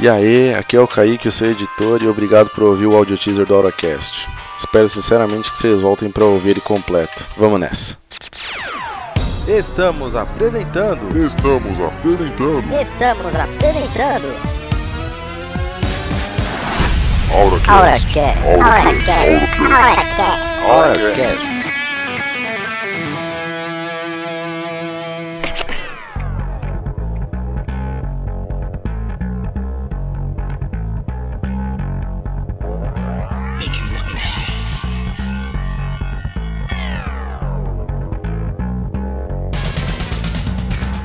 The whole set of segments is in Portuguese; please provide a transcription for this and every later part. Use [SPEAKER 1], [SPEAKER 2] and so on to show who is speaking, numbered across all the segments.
[SPEAKER 1] E aí, aqui é o Kaique, eu sou editor e obrigado por ouvir o audio teaser do AuraCast. Espero sinceramente que vocês voltem para ouvir ele completo. Vamos nessa. Estamos apresentando
[SPEAKER 2] Estamos apresentando
[SPEAKER 3] Estamos apresentando
[SPEAKER 2] AuraCast.
[SPEAKER 3] AuraCast.
[SPEAKER 2] AuraCast.
[SPEAKER 3] AuraCast. AuraCast.
[SPEAKER 1] AuraCast.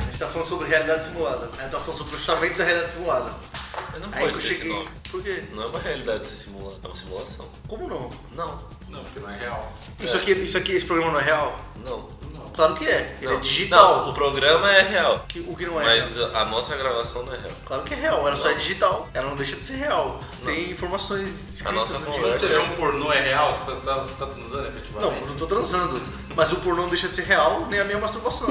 [SPEAKER 4] A gente tá falando sobre realidade simulada. A gente tá falando sobre o processamento da realidade simulada.
[SPEAKER 5] Mas não
[SPEAKER 4] Aí
[SPEAKER 5] pode
[SPEAKER 4] que eu
[SPEAKER 5] ter esse
[SPEAKER 4] cheguei.
[SPEAKER 5] nome.
[SPEAKER 4] Por quê?
[SPEAKER 5] Não é uma realidade se simula, é uma simulação.
[SPEAKER 4] Como não?
[SPEAKER 5] Não. Não, porque não é real.
[SPEAKER 4] Isso aqui, isso aqui, esse programa não é real?
[SPEAKER 5] Não.
[SPEAKER 4] Claro que é. Ele
[SPEAKER 5] Não.
[SPEAKER 4] é digital.
[SPEAKER 5] Não, o programa é real.
[SPEAKER 4] Que- O que não é real.
[SPEAKER 5] Mas a nossa gravação não é real.
[SPEAKER 4] Claro que é real, ela só é digital. Ela não deixa de ser real. Tem informações escritas.
[SPEAKER 5] A nossa
[SPEAKER 4] no
[SPEAKER 5] conversa
[SPEAKER 4] digital.
[SPEAKER 5] é real.
[SPEAKER 6] pornô é real? Você tá, você tá, você tá transando efetivamente?
[SPEAKER 4] Não, eu não tô transando. Mas o pornô não deixa de ser real, nem a minha masturbação.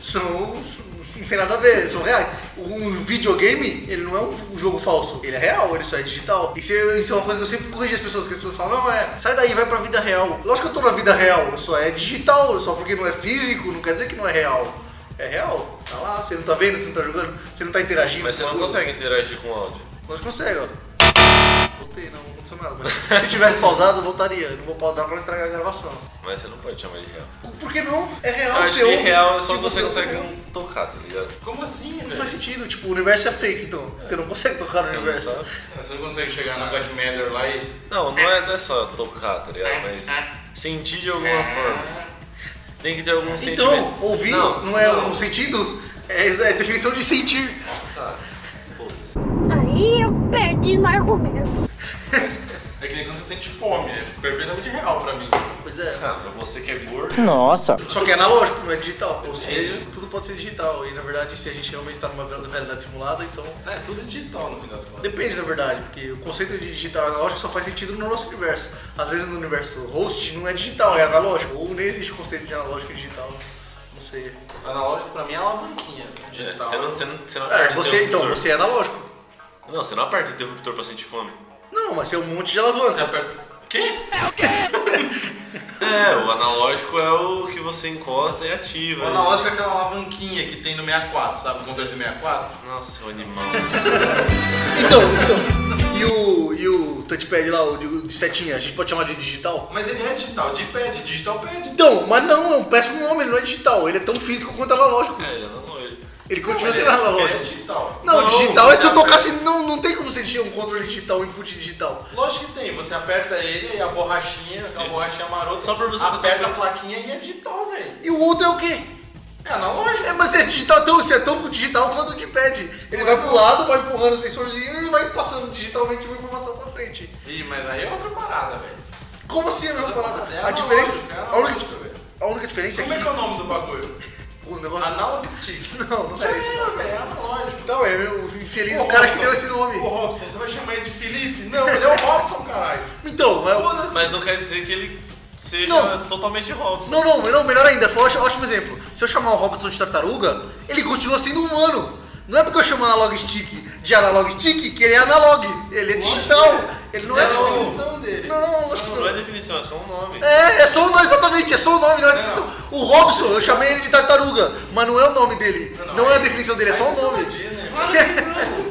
[SPEAKER 4] são. Não tem nada a ver, são reais. Um videogame, ele não é um jogo falso. Ele é real, ele só é digital. Isso é, isso é uma coisa que eu sempre corrijo as pessoas, que as pessoas falam, não, é, sai daí, vai pra vida real. Lógico que eu tô na vida real, só é digital, só porque não é físico, não quer dizer que não é real. É real, tá lá, você não tá vendo, você não tá jogando, você não tá interagindo.
[SPEAKER 5] Mas você
[SPEAKER 4] com o
[SPEAKER 5] não
[SPEAKER 4] jogo.
[SPEAKER 5] consegue interagir com o áudio.
[SPEAKER 4] Mas consegue, ó. Voltei, não, não aconteceu nada. Mas se tivesse pausado, eu voltaria. Eu não vou pausar pra não estragar a gravação.
[SPEAKER 5] Mas você não pode chamar de real.
[SPEAKER 4] Por que não? É
[SPEAKER 5] Eu
[SPEAKER 4] real,
[SPEAKER 5] acho
[SPEAKER 4] você
[SPEAKER 5] que
[SPEAKER 4] ouve.
[SPEAKER 5] real é só
[SPEAKER 4] Se
[SPEAKER 5] você
[SPEAKER 4] ouve,
[SPEAKER 5] consegue
[SPEAKER 4] Não
[SPEAKER 5] não tocar, tá ligado?
[SPEAKER 6] Como assim,
[SPEAKER 4] não
[SPEAKER 6] velho?
[SPEAKER 4] faz sentido, tipo, o universo é fake, então. Você não consegue tocar no
[SPEAKER 5] Você não
[SPEAKER 4] universo.
[SPEAKER 5] sabe.
[SPEAKER 6] Você não consegue chegar na Black Matter lá e...
[SPEAKER 5] Não, não é, não é só tocar, tá ligado? Mas sentir de alguma forma. Tem que ter algum sentimento.
[SPEAKER 4] Ah. Então, ouvir não, é um sentido? É, é definição de sentir.
[SPEAKER 7] Aí eu perdi no argumento.
[SPEAKER 6] É que nem quando você sente fome, é perfeitamente real pra mim.
[SPEAKER 4] Pois é.
[SPEAKER 5] Ah, pra você que é gordo,
[SPEAKER 4] Só que é analógico, não é digital. Ou seja, tudo pode ser digital. E na verdade, se a gente realmente tá numa realidade simulada, então.
[SPEAKER 6] É, tudo é digital no fim das contas.
[SPEAKER 4] Depende, na verdade, porque o conceito de digital e analógico só faz sentido no nosso universo. Às vezes no universo host não é digital, é analógico. Ou nem existe conceito de analógico e digital. Não sei.
[SPEAKER 6] Analógico pra mim é alavanquinha.
[SPEAKER 5] é, um
[SPEAKER 6] Digital.
[SPEAKER 5] você não, você não, você não
[SPEAKER 4] É,
[SPEAKER 5] aperta
[SPEAKER 4] você,
[SPEAKER 5] o
[SPEAKER 4] então,
[SPEAKER 5] interruptor.
[SPEAKER 4] você é analógico.
[SPEAKER 5] Não, você não aperta o interruptor pra sentir fome.
[SPEAKER 4] Não, mas você é um monte de
[SPEAKER 6] Você
[SPEAKER 4] alavancas.
[SPEAKER 6] aperta... Quê?
[SPEAKER 5] É, o analógico é o que você encosta e ativa.
[SPEAKER 6] O analógico é aquela alavanquinha que tem no 64, sabe? O controle do 64.
[SPEAKER 5] Nossa, seu animal.
[SPEAKER 4] Então, então. E o, e o touchpad lá, o de, de setinha, a gente pode chamar de digital?
[SPEAKER 6] Mas ele é digital, de pad, digital pad.
[SPEAKER 4] Então, mas não, é um péssimo nome, ele não é digital. Ele é tão físico quanto analógico.
[SPEAKER 5] é, ele é analógico.
[SPEAKER 4] Ele continua sendo analógico.
[SPEAKER 6] É digital.
[SPEAKER 4] Não,
[SPEAKER 5] Não,
[SPEAKER 4] digital é se eu
[SPEAKER 5] você
[SPEAKER 4] tocasse. Não, não tem como sentir um controle digital, um input digital.
[SPEAKER 6] Lógico que tem, você aperta ele e a borrachinha, aquela
[SPEAKER 5] Isso.
[SPEAKER 6] borrachinha marota,
[SPEAKER 5] Só pra você
[SPEAKER 6] aperta
[SPEAKER 5] tocar.
[SPEAKER 6] a plaquinha e é digital, velho.
[SPEAKER 4] E o outro é o quê?
[SPEAKER 6] É analógico.
[SPEAKER 4] É, mas é digital tão, você é tão digital quanto o de pad. Ele vai pro lado, vai empurrando o sensorzinho e vai passando digitalmente uma informação pra frente.
[SPEAKER 6] Ih, mas aí é outra parada, velho.
[SPEAKER 4] Como assim a mesma
[SPEAKER 6] É
[SPEAKER 4] parada? A
[SPEAKER 6] analógico,
[SPEAKER 4] diferença.
[SPEAKER 6] é
[SPEAKER 4] A única,
[SPEAKER 6] analógico,
[SPEAKER 4] dif-
[SPEAKER 6] velho.
[SPEAKER 4] a única diferença é
[SPEAKER 6] Como é que
[SPEAKER 4] que
[SPEAKER 6] é o nome do bagulho?
[SPEAKER 4] o negócio.
[SPEAKER 6] Analog Stick.
[SPEAKER 4] Não, não
[SPEAKER 6] Já
[SPEAKER 4] é isso.
[SPEAKER 6] era, velho, é analógico.
[SPEAKER 4] Não, é o infeliz
[SPEAKER 6] Ô,
[SPEAKER 4] o cara que
[SPEAKER 6] Robson,
[SPEAKER 4] deu esse nome.
[SPEAKER 6] Ô, Robson, você vai chamar ele de Felipe? Não, ele é o Robson, caralho.
[SPEAKER 4] Então, mas.
[SPEAKER 6] Foda-se.
[SPEAKER 5] Mas não quer dizer que ele seja
[SPEAKER 4] Não.
[SPEAKER 5] totalmente Robson.
[SPEAKER 4] Não, não, não, melhor ainda, foi um ótimo- ótimo exemplo. Se eu chamar o Robertson de tartaruga, ele continua sendo humano. Não é porque eu chamo analog stick de analog stick que ele é analog. Ele é
[SPEAKER 6] Lógico
[SPEAKER 4] digital.
[SPEAKER 6] que é.
[SPEAKER 4] Ele não,
[SPEAKER 5] Não,
[SPEAKER 4] é.
[SPEAKER 5] não.
[SPEAKER 6] definição dele.
[SPEAKER 4] Não, lógico que
[SPEAKER 5] Não é
[SPEAKER 4] não.
[SPEAKER 5] definição, é só um nome.
[SPEAKER 4] É, é só o nome, exatamente, é só o nome, não é a
[SPEAKER 6] Não.
[SPEAKER 4] definição. O Robson, eu chamei ele de tartaruga, mas não é o nome dele. Não,
[SPEAKER 6] Não, não,
[SPEAKER 4] é a
[SPEAKER 6] aí-
[SPEAKER 4] definição dele, é
[SPEAKER 6] Aí
[SPEAKER 4] só o
[SPEAKER 6] vocês tão
[SPEAKER 4] nome.
[SPEAKER 6] na Disney, mano. Aí vocês